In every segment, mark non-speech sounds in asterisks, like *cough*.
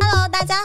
Hello，大家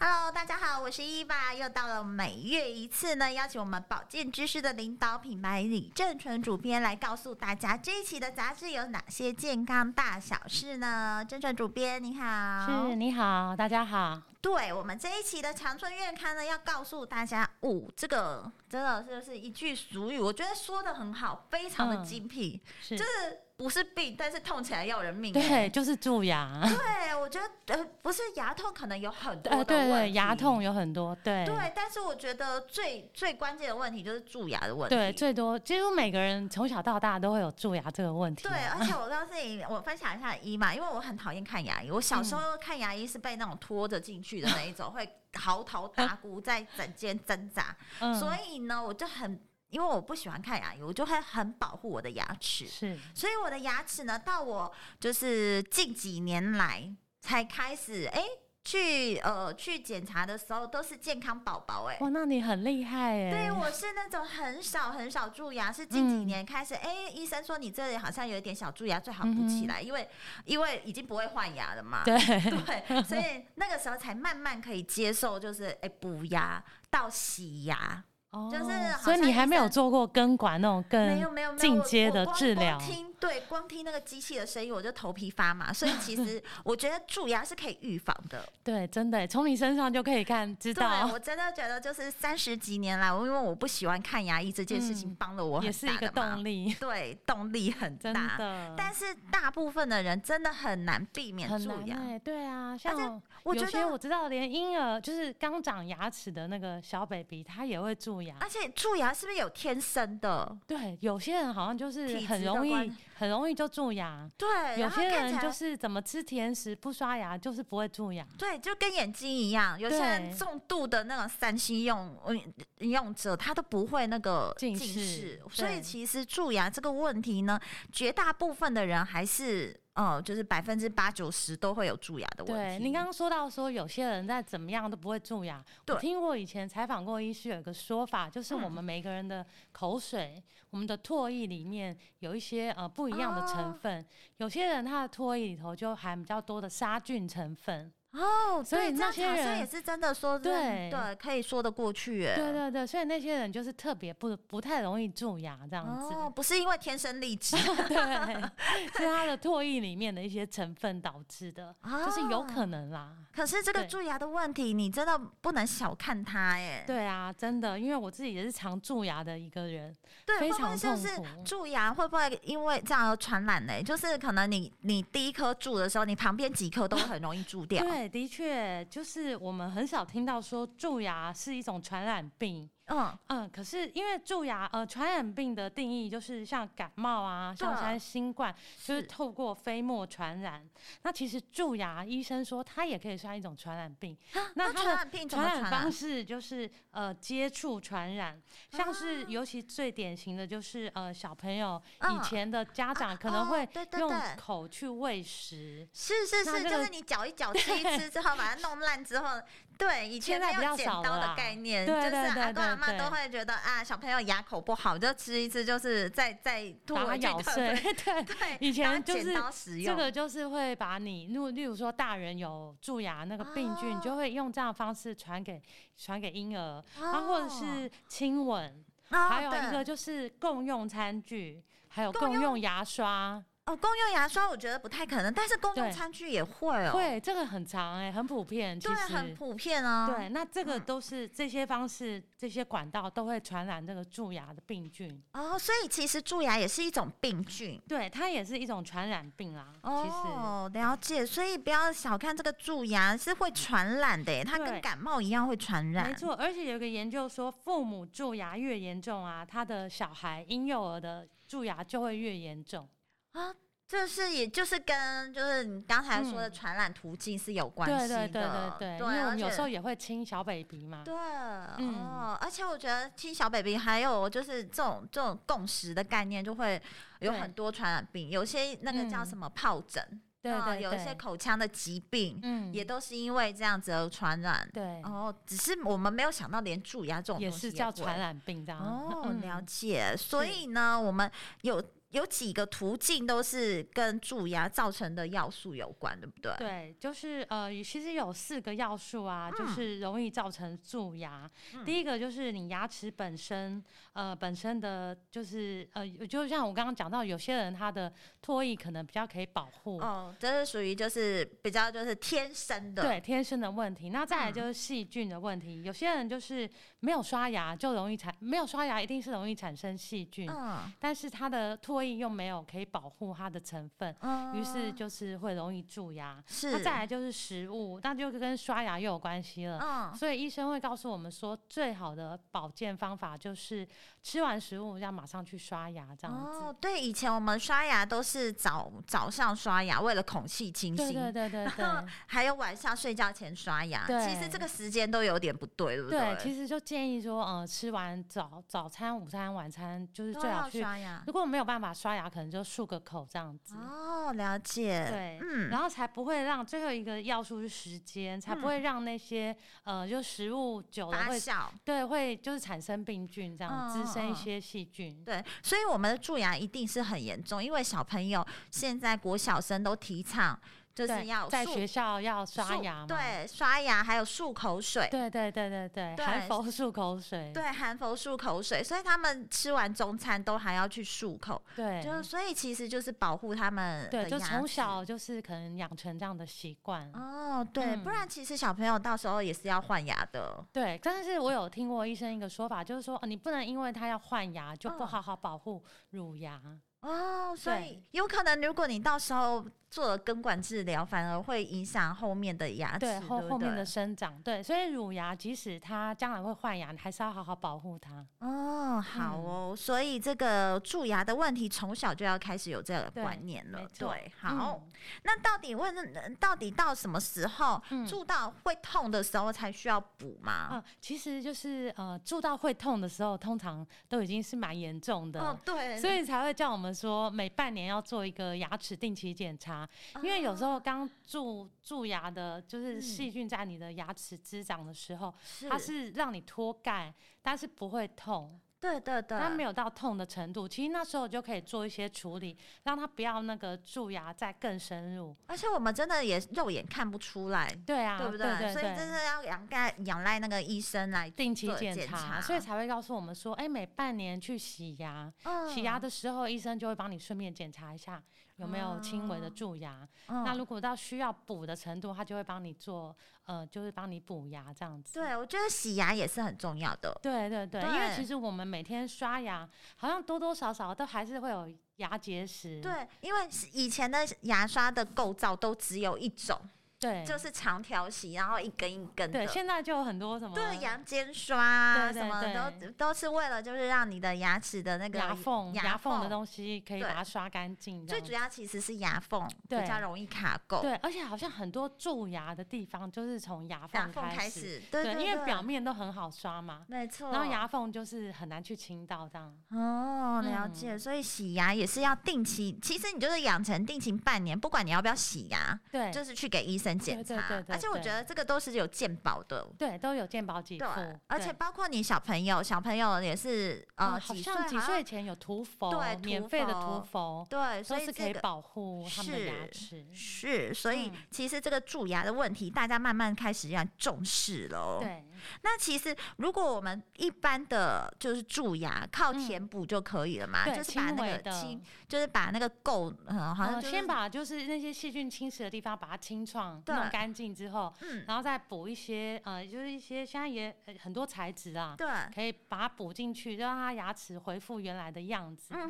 Hello，大家好，我是伊娃，又到了每月一次呢，邀请我们保健知识的领导品牌李正淳主编来告诉大家这一期的杂志有哪些健康大小事呢？正淳主编你好，是，你好，大家好。对我们这一期的长春月刊呢，要告诉大家，哦，这个真的就是一句俗语，我觉得说的很好，非常的嗯精辟，是就，是不是病，但是痛起来要人命。对，，就是蛀 *laughs* 牙。对我觉得呃，不是牙痛，可能有很多呃，的对问对，题牙。痛有很多，对对，但是我觉得最最关键的问题就是蛀牙的问题。对，最多几乎每个人从小到大都会有蛀牙这个问题。对， *laughs* 而且我告诉你，我分享一下医嘛，因为我很讨厌看牙医。我小时候看牙医是被那种拖着进去的那一 *laughs* 种，会嚎啕大哭，在枕间挣扎。嗯，所以呢，我就很，因为我不喜欢看牙医，我就会很保护我的牙齿。是所以我的牙齿呢，到我就是近几年来才开始，哎、去呃去检查的时候都是健康宝宝、哎。哇，那你很厉害耶。对，我是那种很少很少蛀牙，是近几嗯年开始，哎、医生说你这里好像有一点小蛀牙，最好补嗯起哼来，因为因为已经不会换牙了 *laughs* 嘛。对，对，所以那个时候才慢慢可以接受，就是哎补牙到洗牙，哦就是好所以像你医还没有生做过根管那种没有更没有没有进我阶我的光治光疗听对，光听那个机器的声音我就头皮发麻，所以 *laughs* 其实我觉得蛀牙是可以预防的。对，真的从你身上就可以看知对，道我，真的觉得就是三十几年来，我因为我不喜欢看牙医这件事情，嗯帮了我很也是大一个的忙动力，对，动力很真大。的。但是大部分的人真的很难避免很蛀难牙。欸对啊，且像我有觉些得，我知道，连婴儿就是刚长牙齿的那个小 baby，他也会蛀牙。而且蛀牙是不是有天生的？对，有些人好像就是体很质的容关易很容易就蛀牙，对，有然后些看起人来就是怎么吃甜食不刷牙就是不会蛀牙。对，就跟眼睛一样，有些人对重度的那种三星用嗯用者，他都不会那个近视，视所以对其实蛀牙这个问题呢，绝大部分的人还是呃，就是百分之八九十都会有蛀牙的问对，题。您刚刚说到说有些人在怎么样都不会蛀牙，对嗯我听过以前采访过医师有一个说法，就是我们每个人的口水、我们的唾液里面有一些呃不一样的成哦分，有些人他的唾液里头就含比较多的杀菌成分。哦，所对以这那样些好像人也是真的说对对，可以说得过去耶。对对对，所以那些人就是特别不不太容易蛀牙这样子， *laughs* 哦，不是因为天生丽质，对，是他的唾液里面的一些成分导致的，就是有哦可能啦。可是这个对蛀牙的问题，你真的不能小看它哎耶。对啊，真的，因为我自己也是常蛀牙的一个人，对，非会不常会就痛是苦蛀牙会不会因为这样而传染呢？就是可能你你第一颗蛀的时候，你旁边几颗都很容易蛀掉。对，的确，就是我们很少听到说蛀牙是一种传染病。嗯，嗯，可是因为蛀牙，呃，传染病的定义就是像感冒啊，像现对在新冠，就是嗯是透过飞沫传染。那其实蛀牙，医生说它也可以算一种传染病。那那它传的染病怎么传染传方染？式就是呃接触传染，像是尤其最典型的就是呃小朋友以啊嗯前的家长可哦能会对对用对口去喂食，是是那是，这就个是你搅一搅，吃一吃之后，把它弄烂之后，对，以前现在没比有较剪少刀了的啦概念，对就是对阿对公阿对妈对都会觉得啊，小朋友牙口不好，就吃一吃，就是再再吐把它回去咬对碎， *laughs* 对。对，以拿前就剪是刀使这用，个就是会把你，例如例如说大人有蛀牙那个病菌，哦就会用这样的方式传给传给婴儿，啊哦然后或者是亲吻，哦还有一对个就是共用餐具，还有共共用用牙刷，哦，公用牙刷我觉得不太可能，但是公用对餐具也会哦，会这个很长哎、很普遍，其对，实很普遍啊。对，那这个都是这些方式、这些管道都会传染这个蛀牙的病菌，哦，所以其实蛀牙也是一种病菌。对，它也是一种传染病啦。哦，了解，所以不要小看这个蛀牙是会传染的耶，它跟对感冒一样会传其实染。没错，而且有一个研究说，父母蛀牙越严重啊，他的小孩婴幼儿的蛀牙就会越严重。啊，这是也就是跟就是你刚才说的嗯传染途径是有关对系的，啊对对对对，因为我而们有且时候也会亲小 baby 嘛。对，嗯哦，而且我觉得听小 baby 还有就是这种这种共识的概念，就会有对很多传染病，有些那个叫嗯什么疱疹，对哦对有一些对口腔的疾病，嗯也都是因为这样子而传染。对，哦，只是我们没有想到连蛀牙这种也东西是叫会传染病这样。哦，了嗯解。所以呢，我们有有几个途径都是跟蛀牙造成的要素有关，对不对？对，就是呃，其实有四个要素啊，就嗯是容易造成蛀牙。第一个就是你牙齿本身，呃，本身的就是呃，就像我刚刚讲到，有些人他的唾液可能比较可以保护，哦，这是属于就是比较就是天生的，对天生的问题。那嗯再来就是细菌的问题，有些人就是没有刷牙就容易产，没有刷牙一定是容易产生细菌，嗯但是他的唾液又没有可以保护它的成分，嗯于是就是会容易蛀牙。那是再来就是食物，那就跟刷牙又有关系了。嗯所以医生会告诉我们说，最好的保健方法就是吃完食物要马上去刷牙，这样子。哦，对，以前我们刷牙都是早早上刷牙，为了孔气清对新。对对对然后对还有晚上睡觉前刷牙，对其实这个时间都有点不对，对不哎对，其实实就建议说，呃，吃完早早餐、午餐、晚餐，就是都最要好去。刷牙。如果没有办法刷牙，可能就漱个口这样子。哦，了解。对，嗯，然后才不会让最后一个要素是时间，才不会让那些、呃，就食物久了发会酵。对会就是产生病菌这样，嗯滋生嗯一嗯些细菌。对，所以我们的蛀牙一定是很严重，因为小朋友现在国小生都提倡就是对，要在漱学校要刷漱牙嘛，对，刷牙还有漱口水，对对对对对对含氟漱口水，对，含氟漱口水，所以他们吃完中餐都还要去漱口，对就是所以其实就是保护他们对的就牙从齿小就是可能养成这样的习惯。哦，对，不嗯然其实小朋友到时候也是要换牙的。对，但是我有听过医生一个说法，就是说，呃你不能因为他要换牙就不嗯好好保护乳牙。哦，所对以有可能，如果你到时候做了根管治疗，反而会影响后面的牙齿，对后不后面对的生长，对，所以乳牙即使它将来会换牙，你还是要好好保护它。哦，好嗯哦，所以这个蛀牙的问题从小就要开始有这个对观念了没。错对，好，嗯那到底问到底到什么时候、嗯蛀到会痛的时候才需要补吗？啊，其实就是呃，蛀到会痛的时候，通常都已经是蛮严重的。哦，对，所以才会叫我们说每半年要做一个牙齿定期检查，哦因为有时候刚蛀蛀牙的，就是嗯细菌在你的牙齿滋长的时候，它是让你脱钙，但是不会痛，对对对，它没有到痛的程度。其实那时候就可以做一些处理，让它不要那个蛀牙再更深入。而且我们真的也肉眼看不出来，对啊，对不对？对所以真的要仰赖仰赖那个医生来定期做检检查所以才会告诉我们说，哎、每半年去洗牙，洗牙嗯的时候，医生就会帮你顺便检查一下有没有轻微的蛀牙。嗯那如果到需要补的程度，他就会帮你做，呃，就是帮你补牙这样子。对，我觉得洗牙也是很重要的。对对对，对因为其实我们每天刷牙，好像多多少少都还是会有牙结石。对，因为以前的牙刷的构造都只有一种，对，就是长条形，然后一根一根的对。。现在就有很多什么对，羊尖刷啊，对对什么对都都是为了就是让你的牙齿的那个牙缝、牙牙缝的缝，东西可以对把它刷干净这最样子。主要其实是牙缝比对较容易卡垢，对，而且好像很多蛀牙的地方就是从牙牙缝缝开开始。始，对对，因为对表面都很好刷嘛，没错，然后牙嗯缝就是很难去清到这样。哦，了解，所以洗牙也是要定期，其实你就是养成定期半年，不管你要不要洗牙，对，就是去给医生检查，对对对对而且我觉对得这个都是有健保的，对，都有健保给付对，，而且对包括你小朋友，小朋友也是呃嗯好几岁像几好像岁前有涂氟，对涂免费的氟涂氟，对，所都以是这可以个保护他们的牙是齿。是，所以嗯其实这个蛀牙的问题，大家慢慢开始要重视了。。对，那其实如果我们一般的就是蛀牙，靠填补就可以了嘛，嗯对啊就是把轻那微个的清，就是把那个垢，嗯，好像、呃就是先把就是那些细菌侵蚀的地方把它清创对弄干净之后，嗯，然后再补一些呃，就是一些现在也呃很多材质啊，对，可以把它补进去，让它牙齿恢复原来的样子。嗯、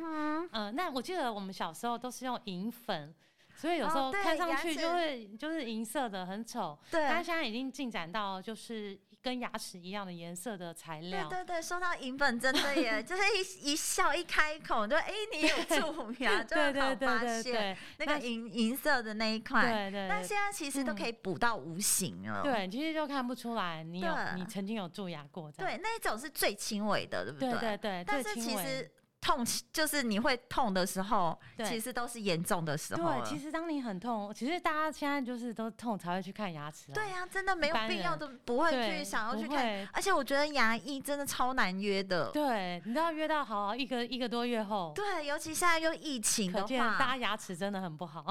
嗯哼，那我记得我们小时候都是用银粉。所以有时哦候对看上牙去齿就会、就是银色的，很丑。但对。现在已经进展到就是跟牙齿一样的颜色的材对料。对对，说到银粉，真 *laughs* 的耶，就是一一笑一开口，就哎、你有蛀 *laughs* 牙，就对很对好对发对现对那个那银银色的那一块。对对但对现在其实都可以补到无形了。对，其实就看不出来你有对你曾经有蛀牙过这样。对，那一种是最轻微的，对不对对对，但最是轻其微实痛就是你会痛的时候，对其实都是严重的时候了。对，其实当你很痛，其实大家现在就是都痛才会去看牙齿、啊。对呀、真的没有般必要人都不会去对想要不去看，会而且我觉得牙医真的超难约的。对，你知道约到好一个一个多月后，对，尤其现在又疫情可的见大家话，哦牙齿真的很不好，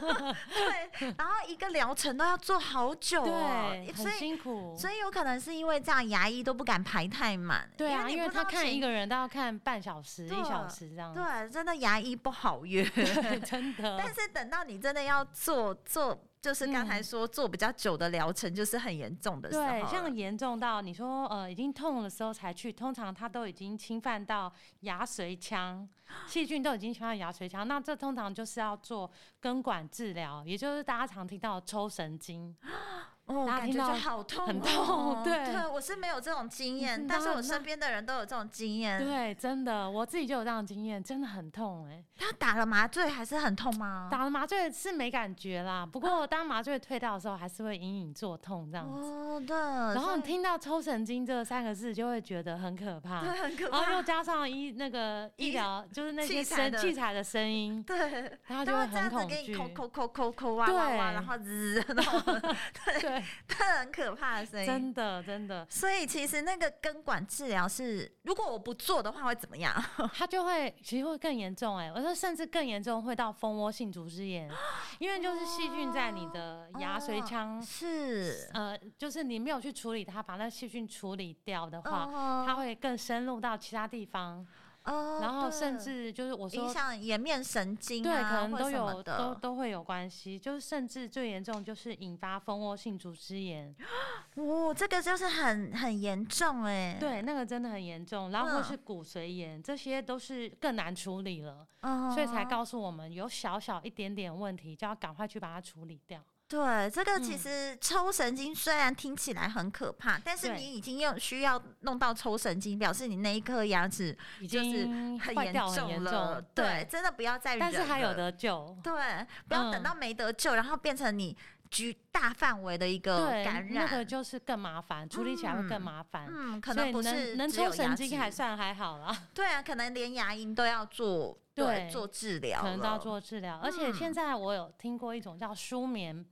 对，然后一个疗程都要做好久哦，对，所很以辛苦。所以有可能是因为这样，牙医都不敢排太满，对啊，你因为不知他道看前一个人都要看半小时、一小对时这样，对，真的牙医不好约，嗯 *laughs* 真的。但是等到你真的要做做，就是刚才说、做比较久的疗程，就是很严重的时候了。嗯对，像严重到你说呃已经痛的时候才去，通常它都已经侵犯到牙髓腔，细菌都已经侵犯牙髓腔，那这通常就是要做根管治疗，也就是大家常听到的抽神经。哦，大家感觉听到就好痛、哦，很 *laughs* 痛对我是没有这种经验，嗯但是那我那身边的人都有这种经验。对，真的，我自己就有这样的经验，真的很痛哎、他打了麻醉还是很痛吗？打了麻醉是没感觉啦，不过当麻醉退掉的时候，还是会隐隐作痛这样子。哦，对，然后你所以听啊到抽神经这三个字，就会觉得很可怕。对很可然后怕又，加上医那个医 *laughs* 医疗，就是那器些材声的器材的声音，对。然后他就会会这很样子恐给你惧。抠抠抠抠抠哇哇哇，对然后滋， *laughs* 然后对，对，很可怕的声 *laughs* 音。真的真 *laughs* 的，所以其实那个根管治疗是，如果我不做的话会怎么样？它就会其实会更严重哎、我说甚至更严重会到蜂窝性组织 *gasps* 炎，因为就是细菌在你的牙髓哦腔。是，呃，就是你没有去处理它，把那细菌处理掉的话，哦它会更深入到其他地方，哦然后对甚至就是我影说，响颜面神经、对，啊，可能或都什么有都的。都会有关系，就是甚至最严重就是引发蜂窝性组织炎，哦，这个就是很很严重哎。，对，那个真的很严重，然后嗯或是骨髓炎，这些都是更难处理了，哦所以才告诉我们有小小一点点问题就要赶快去把它处理掉，对，这个其嗯实抽神经虽然听起来很可怕，但是对你已经用需要弄到抽神经，表示你那一颗牙齿已就是经嗯很坏严掉很严重了。对，真的不要再忍但了。是还有得救，对，不要等嗯到没得救，然后变成你局大范围的一个对，感染。那个就是更麻烦，处理起来会更麻烦。嗯，可所能以不是能能只有抽神牙经齿还算还好啦，对啊，可能连牙龈都要做对做治疗了，可能都要做治疗。而且嗯现在我有听过一种叫舒眠、哦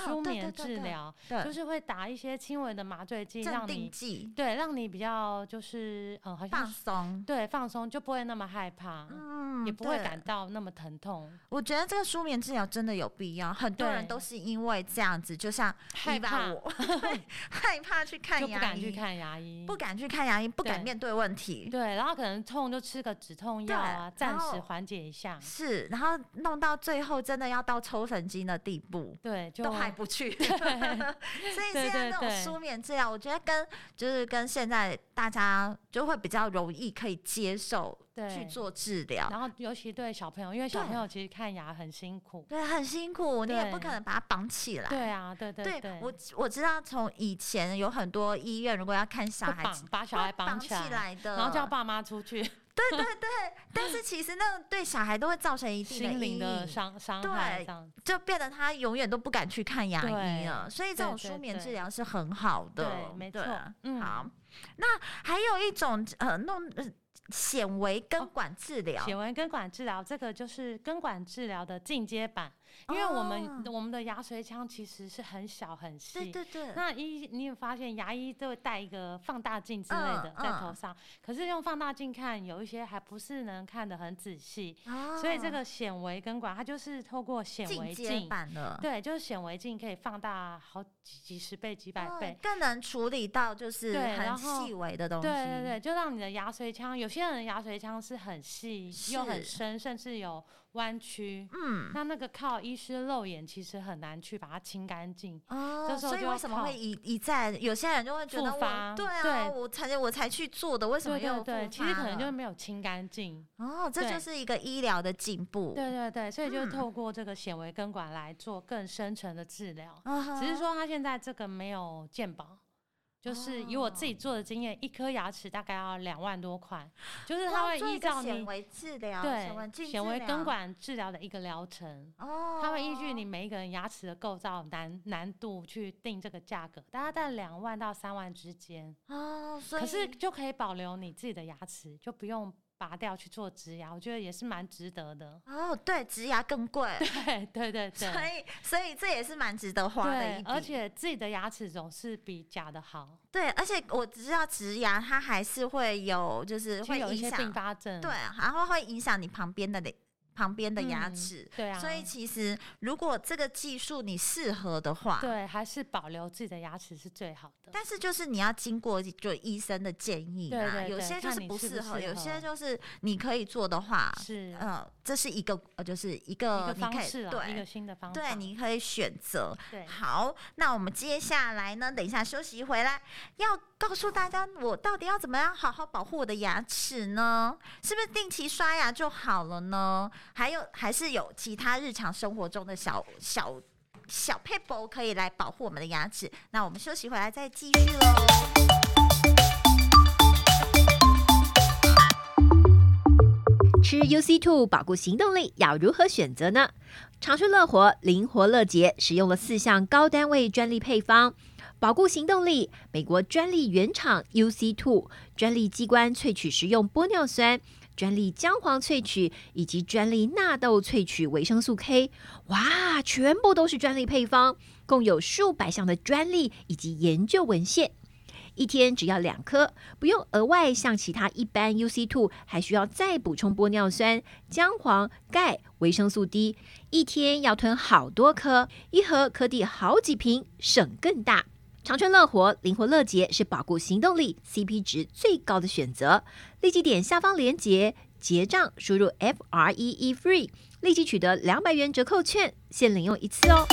舒对对眠对治对疗，对就是会打一些轻微的麻醉剂，镇让定你剂对让你比较就是嗯、呃好像放是松。对放松，就不会那么害怕，嗯也不会对感到那么疼痛。我觉得这个舒眠治疗真的有必要，很多人对都是因为这样子，就像害伊娃怕 *laughs* 我对害怕去看就牙医，不敢去，看牙医，不敢去看牙医，不敢对面对问题，对，然后可能痛就吃个止痛药啊，对暂然时后缓解一下，是，然后弄到最后真的要到抽神经的地步。对，就都还不去， *laughs* 所以现在对那种对舒眠治疗，我觉得跟就是跟现在大家就会比较容易可以接受去对做治疗，然后尤其对小朋友，因为小对朋友其实看牙很辛苦。对，很辛苦，你也不对可能把它绑起来。对啊，对对对，我我知道，从以前有很多医院，如果要看小会孩子绑，把小会孩绑起起来来的，然后叫爸妈出去，对对对，但是其实那对小孩都会造成一定心灵阴的影，伤伤害对这样子。就变得他永远都不敢去看牙医了。所以这种对对舒眠对治疗是很好的，对没错啊嗯好，那还有一种呃，弄呃哦显微根管治疗，显微根管治疗这个就是根管治疗的进阶版，因为我们、哦我们的牙髓腔其实是很小很细，对对对，那医你也发现牙医都会戴一个放大镜之类的嗯在嗯头上，可是用放大镜看，有一些还不是能看得很仔细，哦所以这个显微根管它就是透过显进微阶镜，版了，对，就是显微镜可以放大好几几十倍、几百哦倍。更能处理到就是对很然后细微的东西，对对对，就让你的牙髓腔，有些人的牙髓腔是很细又很是深，甚至有弯曲。嗯，那那个靠医师肉眼其实很难去把它清干净。哦，这时候所以就要为什么靠会一一再？有些人就会觉得复我发对啊，对我才我才去做的，为什么对又对复对，其实发可能了就是没有清干净。哦，这就对是一个医疗的进步，对对对，所以就是嗯透过这个显微根管来做更深层的治疗。啊只是哈说他现在这个没有健保，就是以我自己哦做的经验，一颗牙齿大概要两万多块，就是它他会做一依个照显你微治疗，显微对镜显治微疗根管治疗的一个疗程。哦，他会依据你每一个人牙齿的构造难难度去定这个价格，大概在两万到三万之间。哦，所以可是就可以保留你自己的牙齿，就不用拔掉去做植牙，我觉得也是蛮值得的。 *laughs* 哦，对，植牙更贵，对对对所对。以所以这也是蛮值得花的对一，笔，而且自己的牙齿总是比假的好，对，而且我知道植牙它还是会有，就是其实会有一影些并响，发症。对，然后会影响你旁边的旁边的牙嗯齿。对啊，所以其实，如果这个技术你适合的话，对，还是保留自己的牙齿是最好的。但是就是你要经过就医生的建议对啦，对有对些就看是你不适不适合，适有些合就是你可以做的话，是呃，这是一个呃，就是一一个个你可方以式啊，一个对新的方法。对，你可以选择。对好，那我们接下来呢？等一下休息回来，要告诉大家我到底要怎么样好好保护我的牙齿呢？是不是定期刷牙就好了呢？还有还是有其他日常生活中的小小小 p e 可以来保护我们的牙齿？那我们休息回来再继续喽。吃 UC Two 保护行动力要如何选择呢？长春乐活灵活乐捷使用了四项高单位专利配方，保护行动力。美国专利原厂 UC Two 专利机关萃取食用玻尿酸。专利姜黄萃取以及专利纳豆萃取维生素 K，哇，全部都是专利配方，共有数百项的专利以及研究文献。一天只要两颗，不用额外像其他一般 UC two 还需要再补充玻尿酸、姜黄、钙、维生素 D，一天要吞好多颗，一盒可抵好几瓶，省更大。长春乐活灵活乐捷是保固行动力 CP 值最高的选择，立即点下方链接结账，输入 F R E E FREE，立即取得两百元折扣券，限领用一次哦。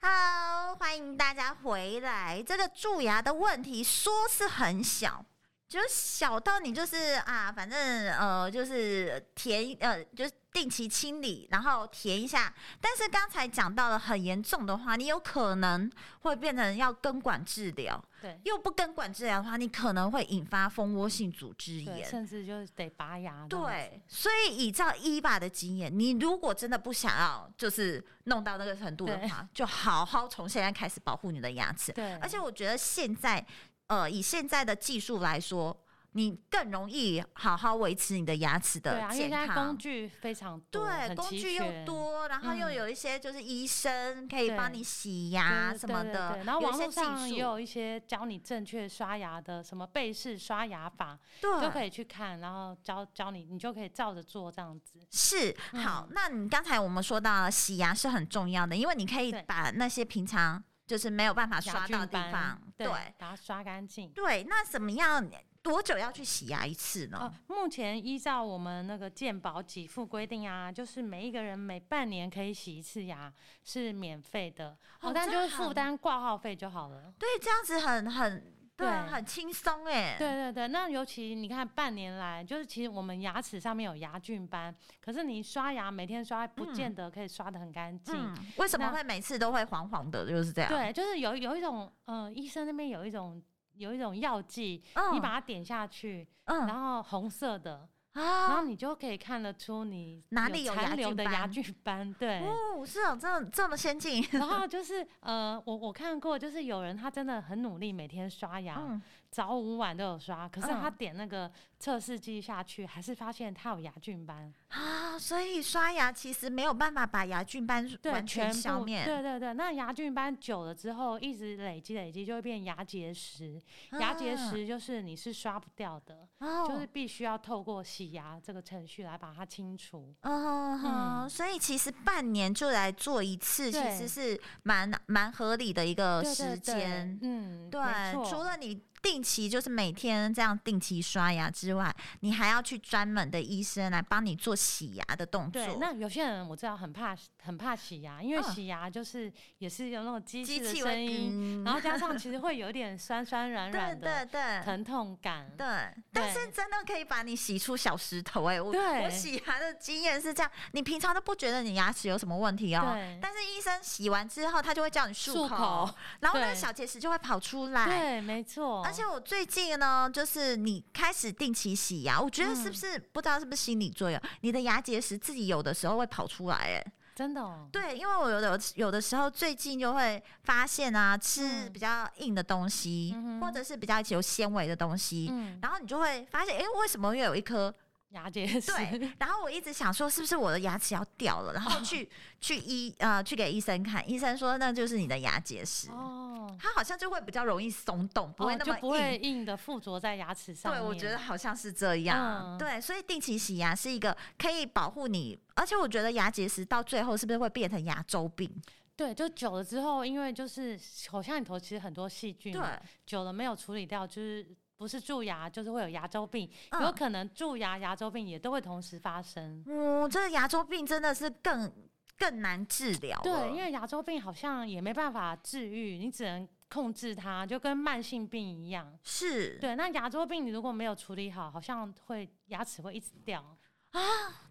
好，欢迎大家回来。这个蛀牙的问题说是很小，就是小到你就是啊，反正呃，就是填呃，就是定期清理，然后填一下。但是刚才讲到了很严重的话，你有可能会变成要根管治疗，对又不根管治疗的话，你可能会引发蜂窝性组织对，炎。甚至就是得拔牙。对，，嗯所以依照伊爸的经验，你如果真的不想要，就是弄到那个程度的对话，就好好从现在开始保护你的牙齿。对，而且我觉得现在，呃，以现在的技术来说，你更容易好好维持你的牙齿对的啊，因为现健在工康。具非常多，对，很工齐具又全。多，然后又嗯有一些就是医生可以对帮你对洗牙对啊什么对的对，然后有一网些络技上也术，有一些教你正确刷牙的，什么背式刷牙法，都可对，以去看，然后教教你，你就可以照着做这样子。是好嗯。那你刚才我们说到了洗牙是很重要的，因为你可以对把那些平常就是没有办法牙刷菌到的地斑方，对对，把它刷干净。对。那怎么样？多久要去洗牙一次呢？哦，目前依照我们那个健保给付规定啊，就是每一个人每半年可以洗一次牙，是免费的，哦哦，但这就是样负担挂号费就好了。对，这样子很很对啊，对很轻松哎。对对对，那尤其你看半年来，就是其实我们牙齿上面有牙菌斑，可是你刷牙每天刷，不见得可以刷得很干净。嗯，为什么那会每次都会黄黄的？就是这样。，对，就是有有一种，嗯、医生那边有一种有一种药剂，嗯，你把它点下去，嗯然后红色的，然啊后你就可以看得出你哪里有牙残留菌的牙斑菌斑，对。 *laughs* 哦， *laughs* 是哦，这这么先进。然后就是呃，我我看过，就是有人他真的很努力，每天刷牙，嗯，早午晚都有刷，可是他嗯点那个测试机下去，还是发现他有牙菌斑，啊，所以刷牙其实没有办法把牙菌斑对，完全部消灭。对对对，那牙菌斑久了之后，一直累积累积，就会变牙结石。牙结啊石就是你是刷不掉的，哦，就是必须要透过洗牙这个程序来把它清除。哦，嗯所以其实半年就来做一次，其对实是蛮蛮合理的一个对时对对间。嗯，对没错除了你定期就是每天这样定期刷牙之外，你还要去专门的医生来帮你做洗牙的动作。对，那有些人我知道很怕很怕洗牙，因为嗯洗牙就是也是有那种机器机的器声会音，嗯然后加上其实会有一点酸酸软对软对的对。疼痛感。对，但是对真的可以把你洗出小石头哎、我我对洗牙的经验是这样，你平常都不觉得你牙齿有什么问题哦，对但是医生洗完之后，他就会叫你漱漱口然后那个对小结石就会跑出来。对，没错。而且我最近呢，就是你开始定期洗牙，我觉得是不嗯是、不知道是不是心理作用，你的牙结石自己有的时候会跑出来，哎，真的、哦，对，因为我有的有的时候最近就会发现啊，吃嗯比较硬的东西，嗯哼或者是比较有纤维的东西。嗯，然后你就会发现，哎、为什么又有一颗？牙结石，对，然后我一直想说，是不是我的牙齿要掉了？然后哦去、去医呃去给医生看，医生说那就是你的牙结 *laughs* 石，哦，它好像就会比较容易松动，不会哦那就么不硬会。硬的附着在牙齿上对，面。我觉得好像是这样。嗯对，所以定期洗牙是一个可以保护你，而且我觉得牙结石到最后是不是会变成牙周病？对，就久了之后，因为就是口腔里头其实很多细菌对，嘛，久了没有处理掉，就是不是蛀牙，就是会有牙周病，嗯有可能蛀牙、牙周病也都会同时发生。嗯，这个牙周病真的是更更难治疗了。对，因为牙周病好像也没办法治愈，你只能控制它，就跟慢性病一样。是对，那牙周病你如果没有处理好，好像会牙齿会一直掉，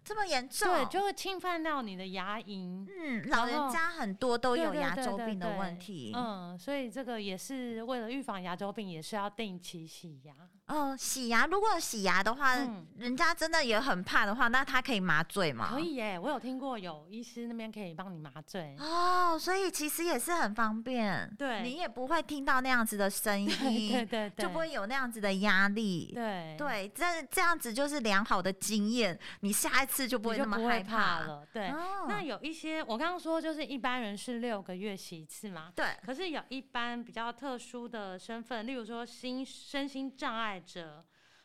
这么严重。对，就会侵犯到你的牙龈。嗯，老人然后家很多都对有对牙对周对病的对问题。嗯，所以这个也是为了预防牙周病，也是要定期洗牙。哦，洗牙如果洗牙的话，嗯人家真的也很怕的话，那他可以麻醉吗？可。以耶，我有听过有医师那边可以帮你麻醉。哦，所以其实也是很方便，对你也不会听到那样子的声音， *laughs* 对对对对，就不会有那样子的压力。对，对，这这样子就是良好的经验，你下一次就不你会就那不么会害怕了。了。对，哦那有一些我刚刚说就是一般人是六个月洗一次嘛，对，可是有一般比较特殊的身份，例如说心身心障碍者。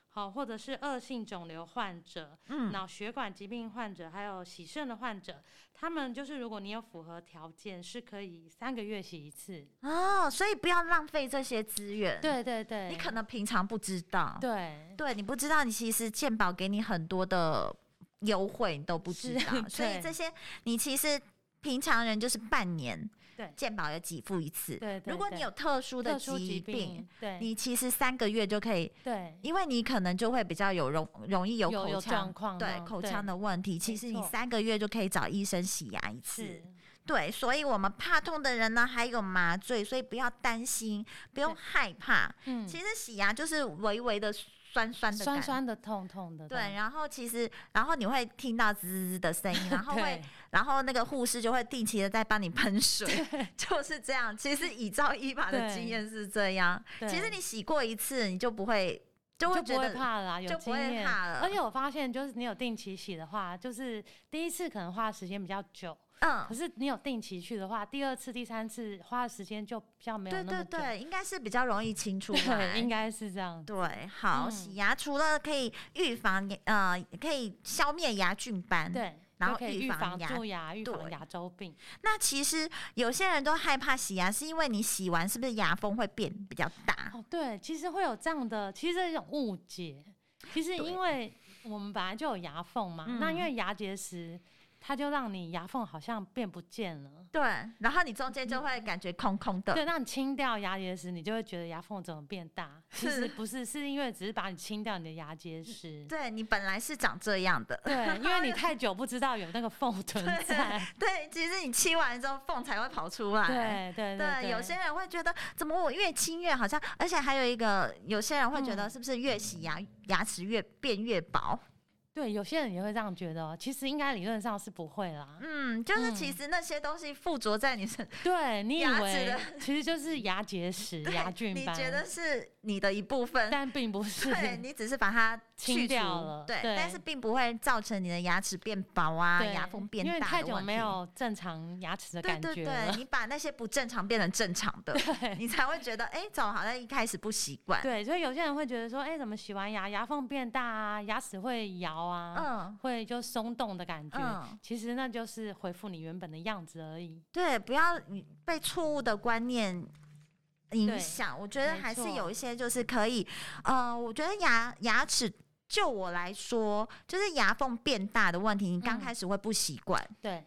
好，或者是恶性肿瘤患者、嗯，脑血管疾病患者，还有洗肾的患者，他们就是如果你有符合条件，是可以三个月洗一次。哦，所以不要浪费这些资源。，对对对，你可能平常不知道，对对你不知道，你其实健保给你很多的优惠，你都不知是 *laughs* 道，对所以这些你其实平常人就是半年对健保有给付一次。对对如果对你有特殊的特殊疾疾病，对，你其实三个月就可以，对因为你可能就会比较有容容易有有口有腔状况对呢口对腔的问题，其实你错三个月就可以找医生洗牙一次是。，对，所以我们怕痛的人呢，还有麻醉，所以不要担心，不用对害怕。嗯，其实洗牙就是微微的酸酸的感酸酸的、痛痛的，对，然后其实，然后你会听到滋滋的声音，然后会对，然后那个护士就会定期的在帮你喷水， *laughs* 就是这样。其实以照医法的对经验是这样，对其实你洗过一次，你就不会，就会就觉不会得怕了啦，有就不经会验。怕了而且我发现，就是你有定期洗的话，就是第一次可能花的时间比较久，可嗯，是你有定期去的话，第二次、第三次花的时间就比较没有对那么对久。对，应该是比较容易清出对，*laughs* 来应。该是这样。对，好，嗯洗牙除了可以预防呃，可以消灭牙菌斑，对，就然后可以预预防防牙蛀牙、预防对牙周病。那其实有些人都害怕洗啊牙，是因为你洗完是不是牙缝会变比较大？哦，对，其实会有这样的，其实这种误解。其实对嗯因为我们本来就有牙缝嘛，那因为牙结石，它就让你牙缝好像变不见了。对，然后你中间就会感觉空空的。对，那你清掉牙结石，你就会觉得牙缝怎么变大？其实是不是，是因为只是把你清掉你的牙结石。对你本来是长这样的，对，因为你太久不知道有那个缝存在。嗯对，其实你清完之后缝才会跑出来。对对 *laughs* 对，对，有些人会觉得怎么我越清越好像，而且还有一个，有些人会觉得嗯是不是越洗牙牙齿越变越薄？对，有些人也会这样觉得哦，其实应该理论上是不会啦。嗯，就是嗯其实那些东西附着在你身，对你以牙齿为的其实就是牙结石、对牙菌你斑，觉得是你的一部分，但并不是。对你只是把它清去除掉了对，对但是并不会造成你的牙齿变薄啊、对牙缝变因为大太的久问没题有正常牙齿的对感对觉对，了。你把那些不正常变成正常的，你才会觉得，哎、怎么好像一开始不习惯？对，所以有些人会觉得说，哎、怎么洗完牙牙缝变大啊，牙齿会摇啊，嗯，会就松动的感觉。嗯其实那就是恢复你原本的样子而已。对，不要被错误的观念影对响。我觉得没还是错有一些就是可以，呃，我觉得牙牙齿。就我来说，就是牙缝变大的问题，你刚嗯开始会不习惯，对，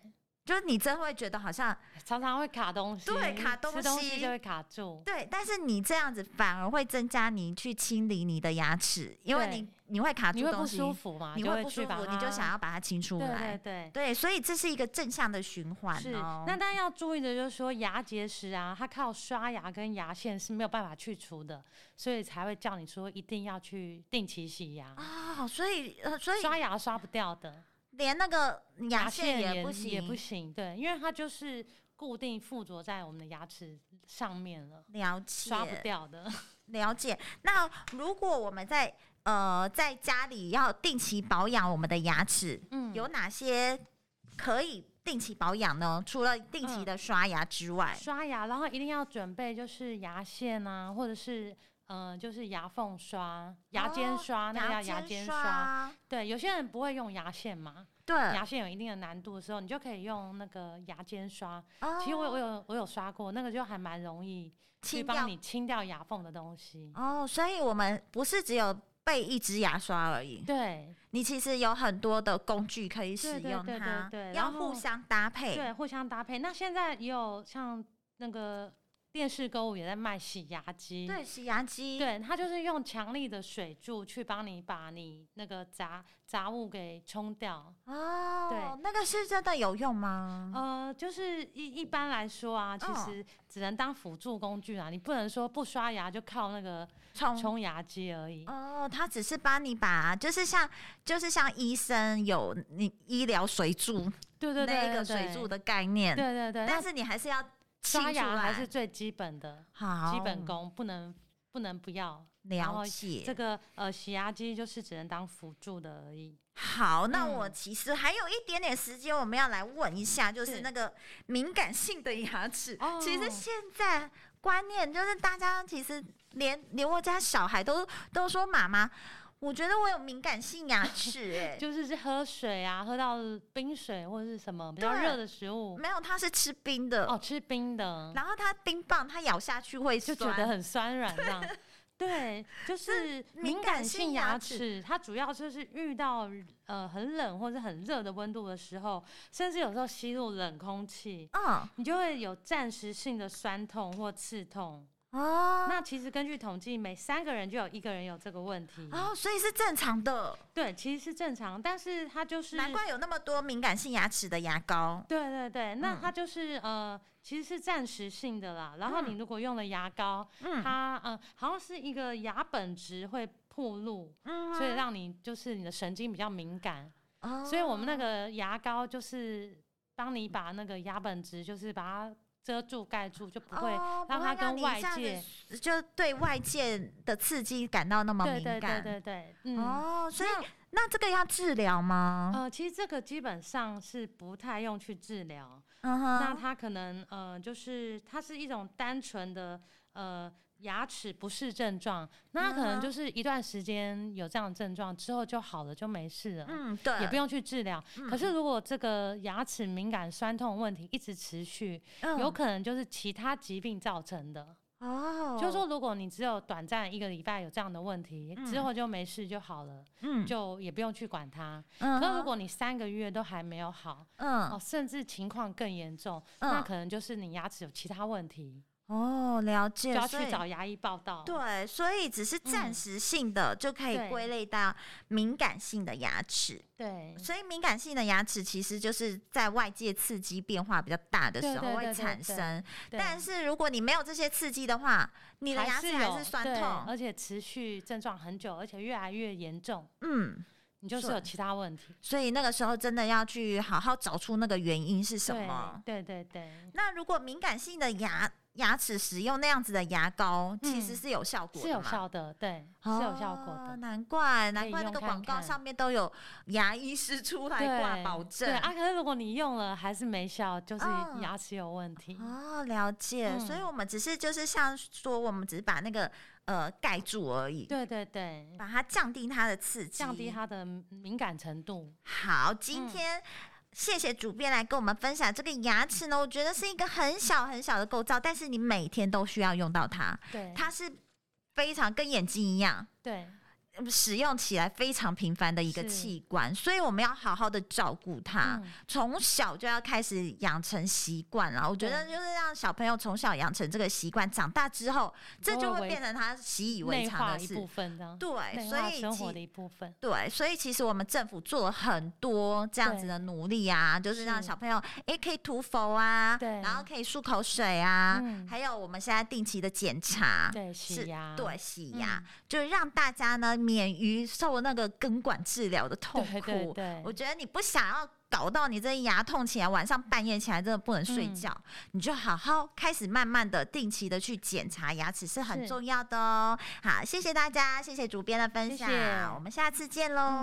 就是你真会觉得好像常常会卡东西，对卡东吃东西西就会卡住。对，但是你这样子反而会增加你去清理你的牙齿，因为对你你会卡你住会东不西，舒服嘛？你就会会不舒去把服，它你就想要把它清出对来对。对。对，所以这是一个正向的循环是，哦。那但要注意的就是说，牙结石啊，它靠刷牙跟牙线是没有办法去除的，所以才会叫你说一定要去定期洗牙，哦，所以呃，所以刷牙刷不掉的，连那个牙线线也不也行，不行，对，因为它就是固定附着在我们的牙齿上面了，了刷不解掉的。了解。那如果我们在呃在家里要定期保养我们的牙齿，嗯，有哪些可以定期保养呢？除了定期嗯的刷牙之外，刷牙，然后一定要准备就是牙线啊，或者是嗯、呃就是牙缝刷、牙哦尖刷，那个叫牙尖尖刷。嗯刷，啊对，有些人不会用牙线嘛，对，牙线有一定的难度的时候，你就可以用那个牙尖刷。哦其实我有我有我有刷过，那个就还蛮容易去清掉帮你清掉牙缝的东西。哦，所以我们不是只有备一支牙刷而已，对你其实有很多的工具可以使对对用它，对对对要然互后相搭配。对，互相搭配。那现在也有像那个电视购物也在卖洗牙机，对，洗牙机，对，它就是用强力的水柱去帮你把你那个杂杂物给冲掉。哦，那个是真的有用吗？呃，就是一一般来说啊，其嗯实只能当辅助工具啊，你不能说不刷牙就靠那个从冲牙机而已。哦，它只是帮你把，就是像就是像医生有你医疗水柱对对对，那一个对水对柱的概念，对对对，但那是你还是要清刷出牙还来，是最基本的好基本功，不能不能不要。然了后解这。个呃洗牙机就是只能当辅助的而已。好，那嗯我其实还有一点点时间，我们要来问一下，就是是那个敏感性的牙齿。哦其实现在观念就是大家其实连连我家小孩都都说妈妈，我觉得我有敏感性牙 *laughs* 齿、欸，哎，就是是喝水啊，喝到冰水或者是什么比较对热的食物，没有，他是吃冰的，哦，吃冰的，然后他冰棒他咬下去会就酸，觉得很酸软这 *laughs* 样。对，就是敏敏感感性性牙牙齿齿，它主要就是遇到呃很冷或者很热的温度的时候，甚至有时候吸入冷空气，嗯你就会有暂时性的酸痛或刺痛。哦那其实根据统计，每三个人就有一个人有这个问题。哦，所以是正常的，对，其实是正常，但是它就是难怪有那么多敏感性牙齿的牙膏。对对对，那嗯它就是、呃，其实是暂时性的啦。然后嗯你如果用了牙膏，嗯它嗯、呃好像是一个牙本质会暴露，嗯所以让你就是你的神经比较敏感，哦所以我们那个牙膏就是帮你把那个牙本质就是把它遮住盖住，就不会哦不让会它跟你一外下子界。就对外界的刺激感到那么对敏对对感。对对，嗯。哦，所以那这个要治疗吗？呃，其实这个基本上是不太用去治疗，嗯呃那哼，它可能呃，就是它是一种单纯的呃牙齿不适症状，那它可嗯哼能就是一段时间有这样的症状之后就好了，就没事了。嗯，对，嗯也不用去治疗，可是如果这个牙齿敏感酸痛问题一直持续，嗯有可能就是其他疾病造成的。哦，就是说，如果你只有短暂一个礼拜有这样的问题，之嗯后就没事就好了，嗯，就也不用去管它。嗯可哼如果你三个月都还没有好，哦，嗯甚至情况更严重，那嗯可能就是你牙齿有其他问题，哦，了就解，要所以去找牙医报道。对，所以只是暂嗯时性的就可以对归类到敏感性的牙齿，对所以敏感性的牙齿其实就是在外界刺激变化比较大的对时对候会对对产对生，对但是如果你没有这些刺激的话，你的牙齿还有是酸对痛。而且持续症状很久，而且越来越严重。嗯，你就是是有其他问题。所以那个时候真的要去好好找出那个原因是什么。对对对那如果敏感性的牙牙齿使用那样子的牙膏，其实嗯是有效对，果的是有嘛效的，对，是有效果哦的。难怪难以怪那用个看广告看上面都有牙医师出来挂对，保证对。啊，可是如果你用了还是没效，就是嗯牙齿有问题。哦，了解，所以嗯我们只是就是像说，我们只是把那个呃盖住而已，对对对，把它降低它的刺激，降低它的敏感程度。好，今嗯天、谢谢主编来跟我们分享这个牙齿呢，我觉得是一个很小很小的构造，但是你每天都需要用到它，对，它是非常跟眼睛一样。对嗯使用起来非常频繁的一个是器官，所以我们要好好的照顾它，嗯从、小就要开始养成习惯了。我觉得对就是让小朋友从小养成这个习惯，长大之后这都就会会为变成他习以为内常化的一事。部分这样，对，内所化以生活其的一部分。对，所以其实我们政府做了很多这样子对的努力啊，就是让是小朋友诶可以涂氟啊，对然后可以漱口水啊，嗯还有我们现在定期的检查，对，是洗牙，对，洗牙，嗯就是让大家呢免于受那个根管治疗的痛对苦。对对，我觉得你不想要搞到你这牙痛起来，晚上半夜起来真的不能睡嗯觉，你就好好开始慢慢的、定期的去检查牙齿是很是重要的哦。好，谢谢大家，谢谢主编的分谢享，谢我们下次见喽。